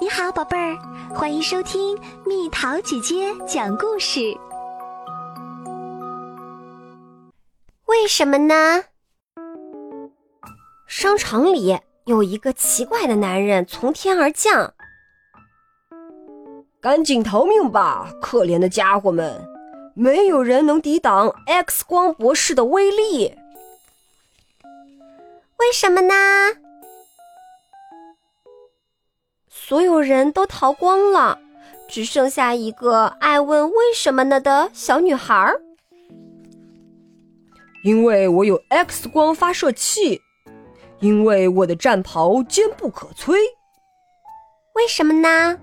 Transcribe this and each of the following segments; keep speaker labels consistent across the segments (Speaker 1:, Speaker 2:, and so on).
Speaker 1: 你好，宝贝儿，欢迎收听蜜桃姐姐讲故事。
Speaker 2: 为什么呢？商场里有一个奇怪的男人从天而降，
Speaker 3: 赶紧逃命吧，可怜的家伙们！没有人能抵挡 X 光博士的威力。
Speaker 2: 为什么呢？所有人都逃光了，只剩下一个爱问为什么呢的小女孩儿。
Speaker 3: 因为我有 X 光发射器，因为我的战袍坚不可摧，
Speaker 2: 为什么呢？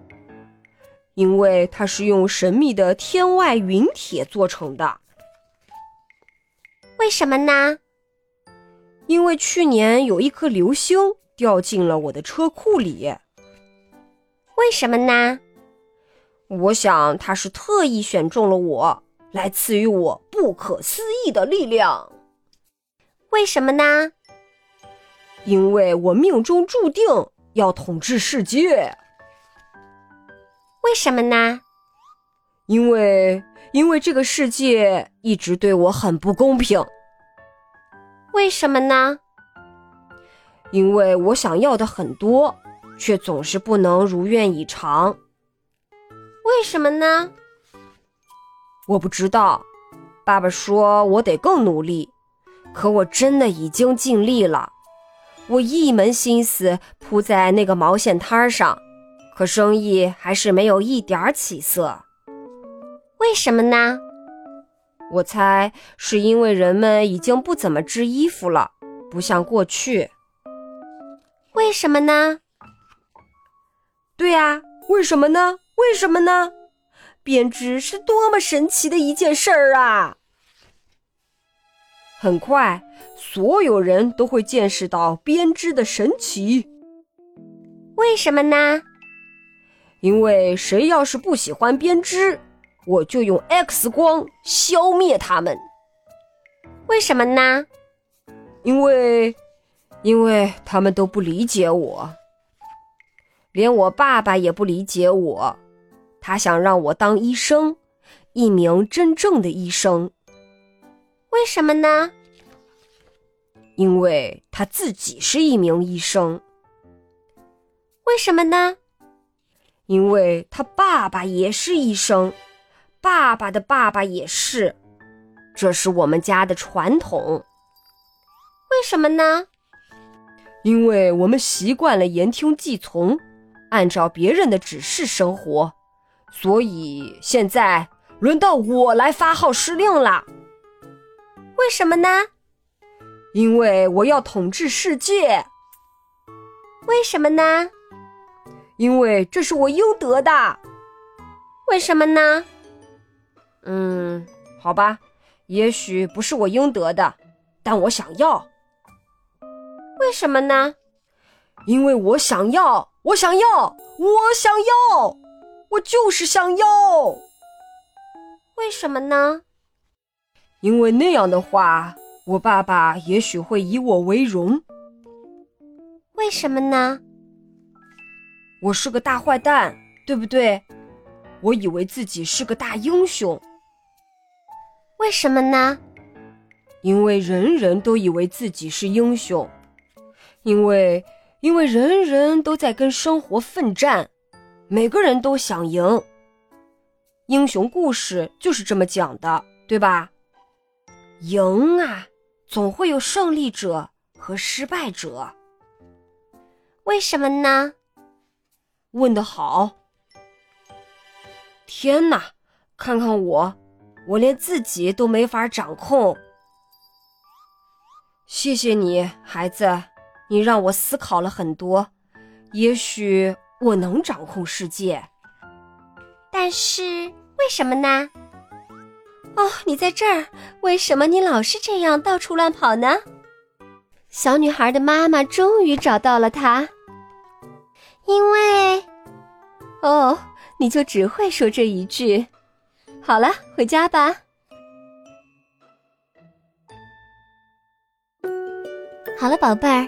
Speaker 3: 因为它是用神秘的天外陨铁做成的。
Speaker 2: 为什么呢？
Speaker 3: 因为去年有一颗流星掉进了我的车库里，
Speaker 2: 为什么呢？
Speaker 3: 我想他是特意选中了我，来赐予我不可思议的力量，
Speaker 2: 为什么呢？
Speaker 3: 因为我命中注定要统治世界，
Speaker 2: 为什么呢？
Speaker 3: 因为因为这个世界一直对我很不公平，
Speaker 2: 为什么呢？
Speaker 3: 因为我想要的很多，却总是不能如愿以偿。
Speaker 2: 为什么呢？
Speaker 3: 我不知道，爸爸说我得更努力，可我真的已经尽力了。我一门心思扑在那个毛线摊儿上，可生意还是没有一点儿起色。
Speaker 2: 为什么呢？
Speaker 3: 我猜是因为人们已经不怎么织衣服了，不像过去。
Speaker 2: 为什么呢？
Speaker 3: 对呀、为什么呢？为什么呢？编织是多么神奇的一件事儿啊！很快，所有人都会见识到编织的神奇，
Speaker 2: 为什么呢？
Speaker 3: 因为谁要是不喜欢编织，我就用 X 光消灭他们。
Speaker 2: 为什么呢？
Speaker 3: 因为，因为他们都不理解我，连我爸爸也不理解我。他想让我当医生，一名真正的医生，
Speaker 2: 为什么呢？
Speaker 3: 因为他自己是一名医生，
Speaker 2: 为什么呢？
Speaker 3: 因为他爸爸也是医生，爸爸的爸爸也是。这是我们家的传统，
Speaker 2: 为什么呢？
Speaker 3: 因为我们习惯了言听计从，按照别人的指示生活，所以现在轮到我来发号施令啦。
Speaker 2: 为什么呢？
Speaker 3: 因为我要统治世界，
Speaker 2: 为什么呢？
Speaker 3: 因为这是我应得的。
Speaker 2: 为什么呢？
Speaker 3: 嗯，好吧，也许不是我应得的，但我想要，
Speaker 2: 为什么呢？
Speaker 3: 因为我想要，我想要，我想要，我就是想要。
Speaker 2: 为什么呢？
Speaker 3: 因为那样的话，我爸爸也许会以我为荣。
Speaker 2: 为什么呢？
Speaker 3: 我是个大坏蛋，对不对？我以为自己是个大英雄，
Speaker 2: 为什么呢？
Speaker 3: 因为人人都以为自己是英雄，因为因为人人都在跟生活奋战，每个人都想赢。英雄故事就是这么讲的，对吧？赢啊，总会有胜利者和失败者。
Speaker 2: 为什么呢？
Speaker 3: 问得好！天哪，看看我，我连自己都没法掌控。谢谢你，孩子，你让我思考了很多。也许我能掌控世界，
Speaker 2: 但是为什么呢？哦，你在这儿，为什么你老是这样到处乱跑呢？小女孩的妈妈终于找到了她，因为……哦，你就只会说这一句。好了，回家吧。
Speaker 1: 好了，宝贝儿，